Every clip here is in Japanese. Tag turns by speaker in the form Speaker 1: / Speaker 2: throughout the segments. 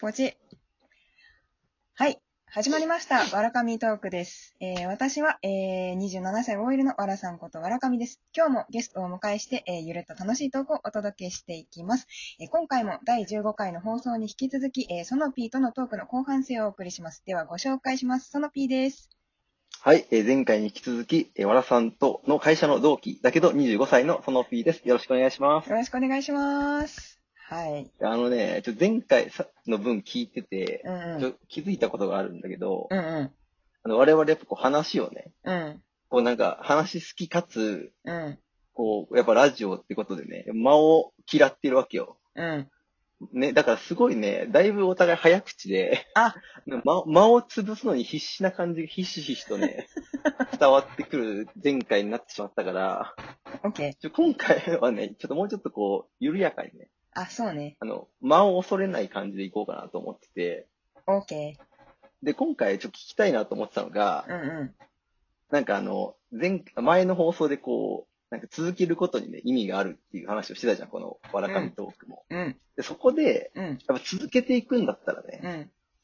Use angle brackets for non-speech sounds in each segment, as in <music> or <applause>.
Speaker 1: ポチ。はい。始まりました。わらかみトークです。えー私は、えー27歳 OL のわらさんことわらかみです。今日もゲストをお迎えして、えーゆるっと楽しいトークをお届けしていきます。えー今回も第15回の放送に引き続き、えー、その P とのトークの後半戦をお送りします。ではご紹介します。その P です。
Speaker 2: はい、えー前回に引き続き、えー、わらさんとの会社の同期だけど25歳のその P です。よろしくお願いします。
Speaker 1: よろしくお願いします。はい。
Speaker 2: あのね、ちょ前回さの分聞いてて、
Speaker 1: うんうん。
Speaker 2: ちょ気づいたことがあるんだけど、
Speaker 1: うんうん。
Speaker 2: あの我々やっぱこう話をね、
Speaker 1: うん。
Speaker 2: こうなんか話好きかつ、
Speaker 1: うん。
Speaker 2: こう、やっぱラジオってことでね、間を嫌ってるわけよ。
Speaker 1: うん。
Speaker 2: ね、だからすごいね、だいぶお互い早口で、 <laughs>
Speaker 1: あ
Speaker 2: 間間を潰すのに必死な感じがひしひしとね、伝わってくる前回になってしまったから、
Speaker 1: オッケー。
Speaker 2: ちょ今回はね、ちょっともうちょっとこう、緩やかにね、
Speaker 1: あ、そうね。
Speaker 2: あの、間を恐れない感じでいこうかなと思ってて、
Speaker 1: オッケ
Speaker 2: で、今回ちょっと聞きたいなと思ってたのが
Speaker 1: ー。う、んうん。
Speaker 2: なんかあの、前、前の放送でこう、なんか続けることにね、意味があるっていう話をしてたじゃん、このわらかみトークも。
Speaker 1: うん。
Speaker 2: で、そこで、
Speaker 1: うん。
Speaker 2: やっぱ続けていくんだったらね、
Speaker 1: うん。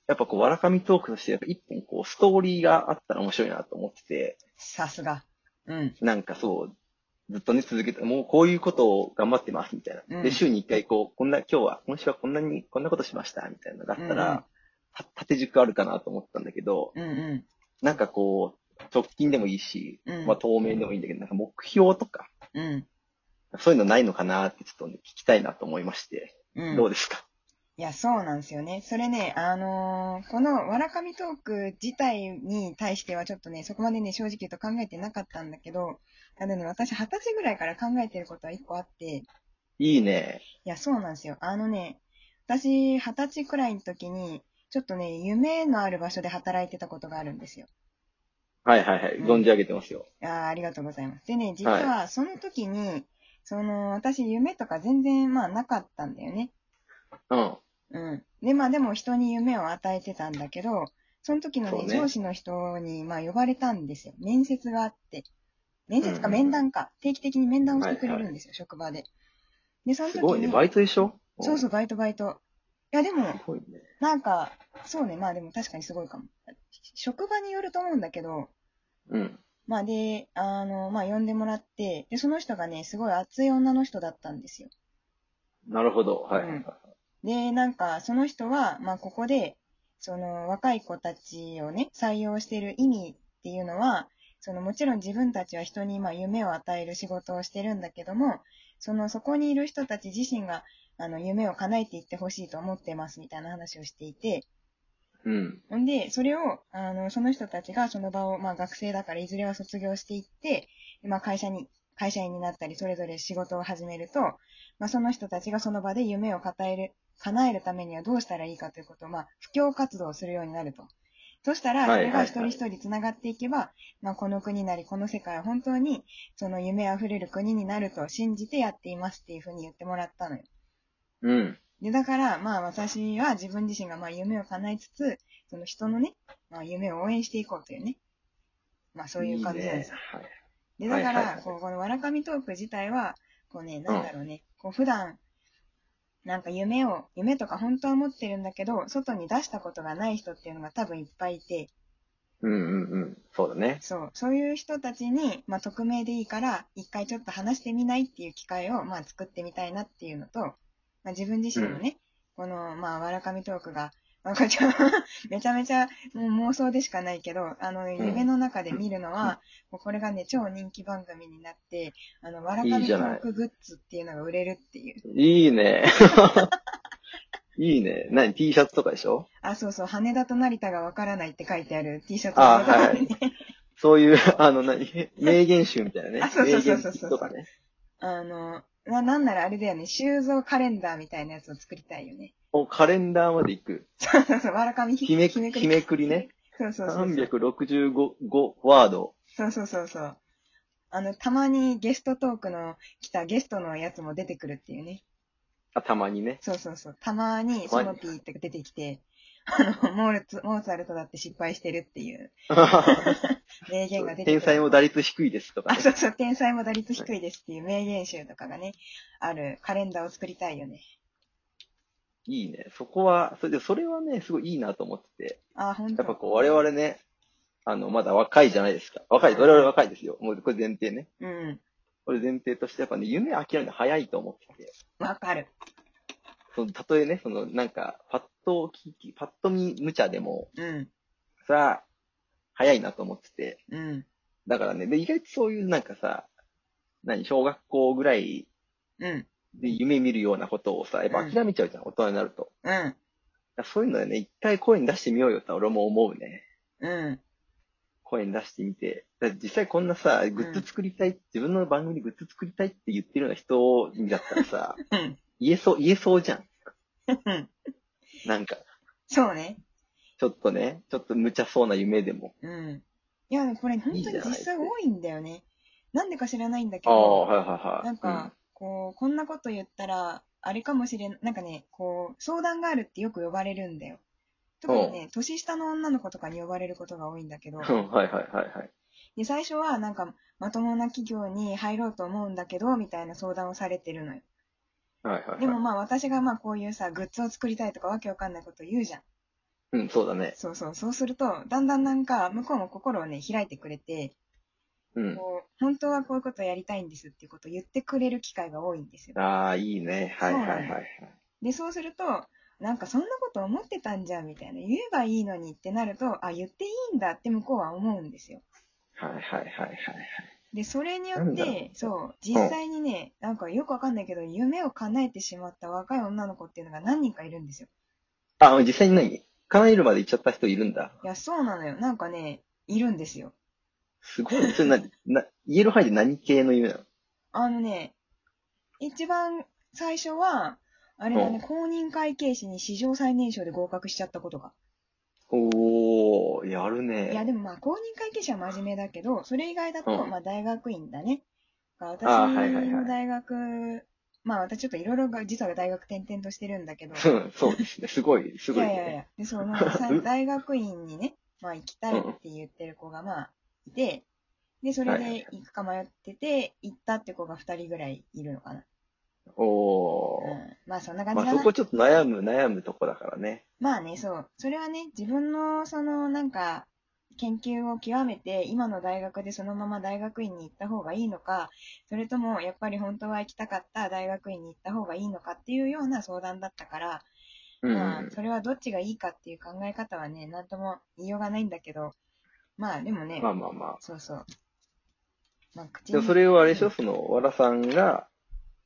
Speaker 2: やっぱこう、わらかみトークとして、やっぱ一本こう、ストーリーがあったら面白いなと思ってて、
Speaker 1: さすが。うん。
Speaker 2: なんかそう、ずっとね、続けて、もうこういうことを頑張ってます、みたいな。
Speaker 1: うん
Speaker 2: で、週に一回、こう、こんな、今日は、今週はこんなに、こんなことしました、みたいなのがあったら、
Speaker 1: うんうん
Speaker 2: た縦軸あるかなと思ったんだけど、
Speaker 1: うんう
Speaker 2: なんかこう、直近でもいいし、
Speaker 1: ん。うん。
Speaker 2: まあ透明でもいいんだけど、なんか目標とか、
Speaker 1: うん。
Speaker 2: そういうのないのかなって、ちょっとね、聞きたいなと思いまして、
Speaker 1: うん。
Speaker 2: どうですか
Speaker 1: いや、そうなんですよね。それね、あのーこのわらかみトーク自体に対してはちょっとね、そこまでね、正直言うと考えてなかったんだけど、あのね、私二十歳ぐらいから考えてることは一個あって、
Speaker 2: いいね。
Speaker 1: いや、そうなんですよ。あのね、私、二十歳くらいの時に、ちょっとね、夢のある場所で働いてたことがあるんですよ。
Speaker 2: はいはいはい。
Speaker 1: うん
Speaker 2: 存じ上げてますよ。
Speaker 1: あーありがとうございます。でね、実はその時に、その、私、夢とか全然、まあ、なかったんだよね。
Speaker 2: うん。
Speaker 1: うん。で、まあ、でも人に夢を与えてたんだけど、その時の
Speaker 2: そ
Speaker 1: ね、
Speaker 2: うね
Speaker 1: 上司の人に、まあ、呼ばれたんですよ。面接があって。面接か
Speaker 2: うんうんうん
Speaker 1: 面談か。定期的に面談をしてくれるんですよ、職場で。で、その時に、
Speaker 2: すごいね。バイトでしょ。
Speaker 1: そうそうう、バイトバイト。いや、でも
Speaker 2: す、ごいね。
Speaker 1: なんか、そうね、まあでも確かにすごいかも。職場によると思うんだけど、
Speaker 2: うん。
Speaker 1: まあで、あの、まあ呼んでもらって、で、その人がね、すごい熱い女の人だったんですよ。
Speaker 2: なるほど。はいはいはい。
Speaker 1: で、なんか、その人は、まあここで、その若い子たちをね、採用してる意味っていうのは、そのもちろん自分たちは人にまあ夢を与える仕事をしてるんだけども、そのそこにいる人たち自身が、あの、夢を叶えていってほしいと思ってますみたいな話をしていて、
Speaker 2: うん。
Speaker 1: ほんで、それを、あの、その人たちがその場を、まあ学生だからいずれは卒業していって、まあ会社に、会社員になったり、それぞれ仕事を始めると、まあその人たちがその場で夢を語える、叶えるためにはどうしたらいいかということを、まあ、布教活動をするようになると。そしたら、そ
Speaker 2: はいはい
Speaker 1: れが
Speaker 2: はい
Speaker 1: 一人一人繋がっていけば、まあこの国なりこの世界は本当に、その夢あふれる国になると信じてやっていますっていうふうに言ってもらったのよ。
Speaker 2: うん。
Speaker 1: で、だから、まあ私は自分自身がまあ夢を叶えつつ、その人のね、まあ夢を応援していこうというね。まあそういう感じなんですよ。
Speaker 2: い
Speaker 1: で、
Speaker 2: いね
Speaker 1: だか
Speaker 2: はいはい
Speaker 1: ら
Speaker 2: は、い
Speaker 1: こう、このわらかみトーク自体は、こうね、なんだろうね、こう普段、なんか夢を、夢とか本当は持ってるんだけど、外に出したことがない人っていうのが多分いっぱいいて、
Speaker 2: うんうんうん。そうだね。
Speaker 1: そう、そういう人たちに、まあ匿名でいいから、一回ちょっと話してみないっていう機会を、まあ作ってみたいなっていうのと、まあ自分自身もね、この、まあ、わらかみトークが、なんかちょ <laughs> めちゃめちゃもう妄想でしかないけど、あの、夢の中で見るのは、もうこれがね、超人気番組になって、あの、わらかみトークグッズっていうのが売れるっていう。
Speaker 2: いいね。いいね。何 ?T シャツとかでしょ
Speaker 1: あ、そうそう、羽田と成田がわからないって書いてある T シャツ
Speaker 2: あはい
Speaker 1: ね
Speaker 2: そういう、あの、何名言集みたいなね
Speaker 1: あ。そうそ
Speaker 2: 名
Speaker 1: うそう
Speaker 2: 言
Speaker 1: そう
Speaker 2: とかね。
Speaker 1: <laughs> あの、な、なんならあれだよね、修造カレンダーみたいなやつを作りたいよね。
Speaker 2: お、カレンダーまで行く。
Speaker 1: そうそうそう、 <laughs> わらかみひ
Speaker 2: 日めく、日めくりね。
Speaker 1: そうそうそうそう。
Speaker 2: 365ワード。
Speaker 1: そうそうそうそう。あの、たまにゲストトークの来たゲストのやつも出てくるっていうね。
Speaker 2: あたまにね。
Speaker 1: そうそうそう。たまに
Speaker 2: たま
Speaker 1: ソ
Speaker 2: に
Speaker 1: ノピーって出てきて、あの、モールツ、モーツァルトだって失敗してるっていう名言が出てくる。
Speaker 2: 天才も打率低いですとか
Speaker 1: あ、
Speaker 2: ね。
Speaker 1: そうそう、天才も打率低いですっていう名言集とかがね、あるカレンダーを作りたいよね。
Speaker 2: いいね。そこは、それで、それはね、すごいいいなと思ってて。
Speaker 1: あー、本当
Speaker 2: やっぱこう、我々ね、あの、まだ若いじゃないですか。若い、我々若いですよ。もう、これ前提ね。
Speaker 1: うん。
Speaker 2: これ前提として、やっぱね、夢諦めるの早いと思ってて。
Speaker 1: わかる。
Speaker 2: その、たとえね、その、なんか、パッと聞き、パッと見無茶でも、
Speaker 1: うん。
Speaker 2: さあ、早いなと思ってて。
Speaker 1: うん。
Speaker 2: だからね、で、意外とそういうなんかさ、何、小学校ぐらい
Speaker 1: うん。
Speaker 2: で夢見るようなことをさ、やっぱ諦めちゃうじゃん、大人になると。
Speaker 1: うん。
Speaker 2: だからそういうのでね、一回声に出してみようよって俺も思うね。
Speaker 1: うん。
Speaker 2: 声に出してみて。だって実際こんなさ、グッズ作りたい、自分の番組にグッズ作りたいって言ってるような人にだったらさ、
Speaker 1: うん。
Speaker 2: 言えそう、言えそうじゃん。
Speaker 1: うん
Speaker 2: なんか、
Speaker 1: そうね。
Speaker 2: ちょっとね、ちょっと無茶そうな夢でも。
Speaker 1: うん。いや、でもこれ本当
Speaker 2: いい
Speaker 1: に
Speaker 2: じゃない
Speaker 1: 実際多いんだよね。なんでか知らないんだけ
Speaker 2: ああ、
Speaker 1: ど、
Speaker 2: はいはいはい。
Speaker 1: なんか、こう、こんなこと言ったら、あれかもしれん、なんかね、こう、相談があるってよく呼ばれるんだよ。特にね、年下の女の子とかに呼ばれることが多いんだけど、
Speaker 2: うん、うんはいはいはいはい。
Speaker 1: で、最初はなんか、まともな企業に入ろうと思うんだけど、みたいな相談をされてるのよ。
Speaker 2: はいはい、はい。
Speaker 1: でもまあ私がまあこういうさ、グッズを作りたいとかわけわかんないこと言うじゃん。
Speaker 2: うん、そうだね。
Speaker 1: そうそう、そうすると、だんだんなんか、向こうも心をね、開いてくれて、
Speaker 2: うん。
Speaker 1: こう、本当はこういうことやりたいんですっていうことを言ってくれる機会が多いんですよ。
Speaker 2: ああ、いいね。はいは
Speaker 1: そ
Speaker 2: いはい
Speaker 1: うな
Speaker 2: はい。
Speaker 1: で、そうすると、なんかそんなこと思ってたんじゃんみたいな、言えばいいのにってなると、あ、言っていいんだって向こうは思うんですよ。
Speaker 2: はいはいはいはい。
Speaker 1: で、それによ
Speaker 2: な
Speaker 1: っ
Speaker 2: んだろう
Speaker 1: て、そう、実際にね、なんかよくわかんないけど、夢を叶えてしまった若い女の子っていうのが何人かいるんですよ。
Speaker 2: あ、実際に何叶えるまで行っちゃった人いるんだ。
Speaker 1: いや、そうなのよ。なんかね、いるんですよ。
Speaker 2: すごいね。
Speaker 1: <laughs>
Speaker 2: それ何な、言える範囲で何系の夢なの
Speaker 1: あのね、一番最初は、あれだね、
Speaker 2: うん
Speaker 1: 公認会計士に史上最年少で合格しちゃったことが。
Speaker 2: おー、やるね。
Speaker 1: いや、でもまあ、公認会計士は真面目だけど、それ以外だと、
Speaker 2: うん
Speaker 1: まあ、大学院だね。が私
Speaker 2: あーはいはいはい
Speaker 1: の大学、まあ、私ちょっといろいろが、実は大学転々としてるんだけど、
Speaker 2: うんそう <laughs> ですね。すごい、す
Speaker 1: い
Speaker 2: ごい、
Speaker 1: や
Speaker 2: ね。
Speaker 1: いやいや、で、そう、ま
Speaker 2: <laughs>
Speaker 1: あ、さ大学院にね、まあ、行きたいっ
Speaker 2: うん
Speaker 1: て言ってる子が、まあ、いて、で、それ
Speaker 2: はいはい
Speaker 1: で行くか迷ってて、行ったって子が2人ぐらいいるのかな。
Speaker 2: お
Speaker 1: う
Speaker 2: ー。
Speaker 1: ん、まあ、そんな感
Speaker 2: ま
Speaker 1: じ
Speaker 2: あ
Speaker 1: だ
Speaker 2: そ
Speaker 1: な。
Speaker 2: こちょっと悩む、悩むとこだからね。
Speaker 1: まあね、そう。それはね、自分の、その、なんか、研究を極めて、今の大学でそのまま大学院に行った方がいいのか、それとも、やっぱり本当は行きたかった大学院に行った方がいいのかっていうような相談だったから、
Speaker 2: うん。
Speaker 1: まあ、それはどっちがいいかっていう考え方はね、なんとも言いようがないんだけど、まあ、でもね、
Speaker 2: まあまあまあ。
Speaker 1: そうそう。まあ、口
Speaker 2: でもそれをあれでしょ、その、和田さんが、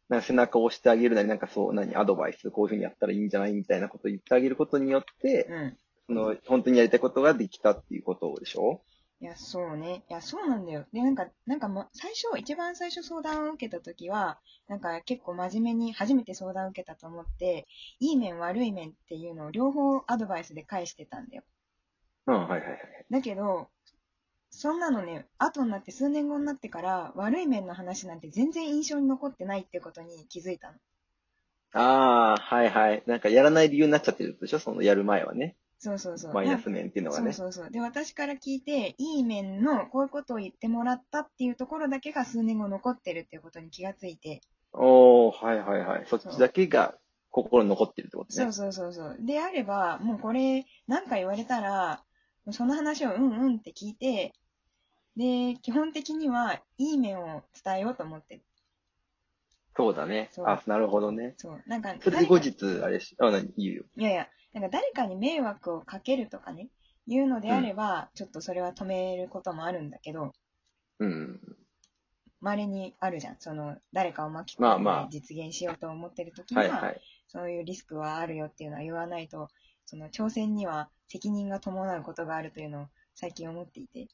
Speaker 2: なんか背中を押してあげるなり、なんかそう、何、アドバイス、こういうふうにやったらいいんじゃないみたいなことを言ってあげることによって、
Speaker 1: うん。
Speaker 2: その、本当にやりたいことができたっていうことでしょ
Speaker 1: いや、そうね。いや、そうなんだよ。で、なんか、なんかも、最初、一番最初相談を受けた時は、なんか結構真面目に、初めて相談を受けたと思って、いい面悪い面っていうのを両方アドバイスで返してたんだよ。
Speaker 2: うん、はいはいはい。
Speaker 1: だけど、そんなのね、後になって数年後になってから、悪い面の話なんて全然印象に残ってないってことに気づいたの。
Speaker 2: ああ、はいはい。なんかやらない理由になっちゃってるでしょそのやる前はね。
Speaker 1: そうそうそう。
Speaker 2: マイナス面っていうのがね。
Speaker 1: そうそうそう。で、私から聞いて、いい面のこういうことを言ってもらったっていうところだけが数年後残ってるっていうことに気がついて、
Speaker 2: おー、はいはいはい。そっちだけが心に残ってるってこと
Speaker 1: そ
Speaker 2: ね。
Speaker 1: うそうそうそう。であれば、もうこれ、何か言われたら、もうその話をうんうんって聞いて、で、基本的には、いい面を伝えようと思ってる。
Speaker 2: そうだね
Speaker 1: そ。う
Speaker 2: あ、なるほどね。
Speaker 1: そう。なんか、
Speaker 2: それで後
Speaker 1: 誰か
Speaker 2: 日、あれし、あ、何、言うよ。
Speaker 1: いやいや、なんか誰かに迷惑をかけるとかね、いうのであれば、ちょっとそれは止めることもあるんだけど、
Speaker 2: うん。
Speaker 1: 稀にあるじゃん。その、誰かを巻き
Speaker 2: ま
Speaker 1: 込
Speaker 2: あ
Speaker 1: ん
Speaker 2: まあ
Speaker 1: で実現しようと思ってる時には、
Speaker 2: はいはい。
Speaker 1: そういうリスクはあるよっていうのは言わないと、その挑戦には責任が伴うことがあるというのを最近思っていて、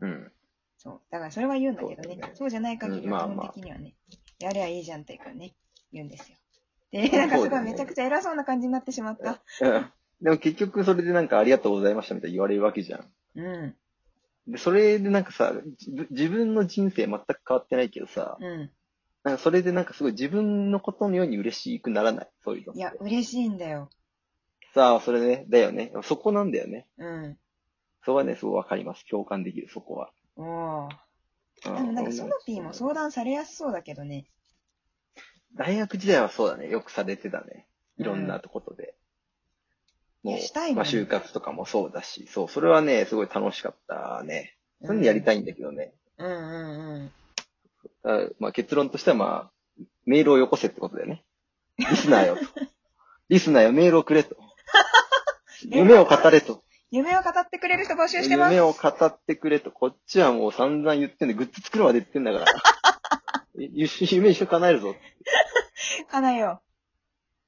Speaker 2: うん。
Speaker 1: そう。だからそれは言うんだけど
Speaker 2: そう
Speaker 1: ね
Speaker 2: だよ。ね
Speaker 1: そうじゃない限りは
Speaker 2: う
Speaker 1: 基
Speaker 2: んまあまあ
Speaker 1: 本的にはね、やりゃいいじゃんっていうかね、言うんですよ。で、なんかす
Speaker 2: そう
Speaker 1: ご
Speaker 2: だ
Speaker 1: い
Speaker 2: よね
Speaker 1: めちゃくちゃ偉そうな感じになってしまった。
Speaker 2: うんでも結局それでなんかありがとうございましたみたいに言われるわけじゃん。
Speaker 1: うん、
Speaker 2: で、それでなんかさ、じ自分の人生全く変わってないけどさ、
Speaker 1: う
Speaker 2: なんかそれでなんかすごい自分のことのように嬉しくならない。そういうの
Speaker 1: ん。
Speaker 2: って。
Speaker 1: いや、嬉しいんだよ。
Speaker 2: さあ、それね、だよね。そこなんだよね。
Speaker 1: うん。
Speaker 2: そこはね、すごいわかります。共感できる、そこは。
Speaker 1: おー。
Speaker 2: う
Speaker 1: でもなんかソノピーも相
Speaker 2: だ。
Speaker 1: 談されやすそうだけどね。
Speaker 2: 大学時代はそうだね。よくされてたね。いろんなことで。
Speaker 1: うんい
Speaker 2: も、
Speaker 1: やしたいうもん
Speaker 2: まあ、就活とかもそうだし、そう、それはね、すごい楽しかったね。そういうのやりた
Speaker 1: い。
Speaker 2: いんだけどね。
Speaker 1: うんうんうん。
Speaker 2: あまあ、結論としては、まあ、メールをよこせってことだよね。リスナー
Speaker 1: <laughs>
Speaker 2: よと。リスナーよ、メールをくれと。夢を語れと。
Speaker 1: 夢を語ってくれる人募集してます。
Speaker 2: 夢を語ってくれと。こっちはもう散々言ってんで、グッズ作るまで言って
Speaker 1: <laughs>
Speaker 2: んだから。ゆ夢一緒叶えるぞ。
Speaker 1: 叶えよ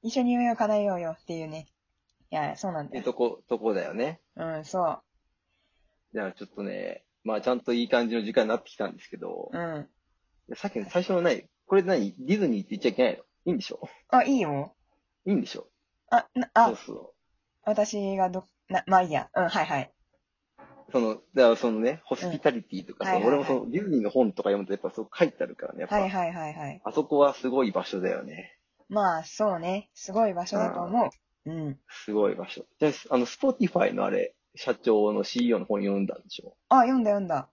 Speaker 1: う。一緒に夢を叶えようよっていうね。いや、そうなんだ
Speaker 2: え、
Speaker 1: よ。
Speaker 2: とこ、とこだよね。
Speaker 1: うん、そう。
Speaker 2: じゃあちょっとね、まあちゃんといい感じの時間になってきたんですけど
Speaker 1: う、ん。
Speaker 2: さっきの最初のない、これ何ディズニーって言っちゃいけないのいいんでしょ
Speaker 1: あ、いいよ。
Speaker 2: いいんでしょ
Speaker 1: あ、な
Speaker 2: そ
Speaker 1: あ
Speaker 2: う、そ
Speaker 1: 私がど、な、まあいいや。うん、はいはい。
Speaker 2: う。その、だからそのね、ホスピタリティとかさ、
Speaker 1: うんはいはい
Speaker 2: 俺
Speaker 1: はい
Speaker 2: もそのディズニーの本とか読むとやっぱそう書いてあるからね、やっぱ、
Speaker 1: はいはいはいはい。
Speaker 2: あそこはすごい場所だよね。
Speaker 1: まあ、そうね。すごい場所だと思う。うん。
Speaker 2: すごい場所。で、あの、スポティファイのあれ、社長の CEO の本読んだんでしょ
Speaker 1: あ、読んだ読んだ。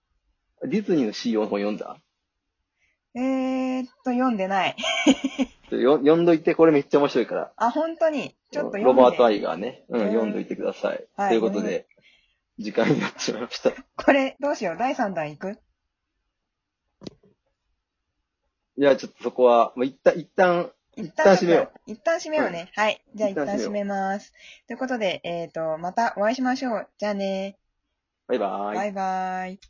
Speaker 2: ディズニーの CEO の本読んだ
Speaker 1: えーっと、読んでない。
Speaker 2: ちょよ読んどいて、これめっちゃ面白いから。
Speaker 1: あ、本当に。ちょっと読んで。
Speaker 2: ロバート・アイガーね。うん、
Speaker 1: うん
Speaker 2: 読んどいてください。
Speaker 1: はい
Speaker 2: ということで、時間になってしまいました。
Speaker 1: これ、どうしよう。第3弾行く
Speaker 2: いや、ちょっとそこは、もう一旦、一旦、
Speaker 1: 一
Speaker 2: 旦閉めよう。
Speaker 1: 一旦閉めようね。はい。じゃあ一
Speaker 2: 一旦
Speaker 1: 旦
Speaker 2: 閉めよう
Speaker 1: 閉めます。ということで、えーっと、またお会いしましょう。じゃあね。
Speaker 2: バイバーイ。
Speaker 1: バイバイ。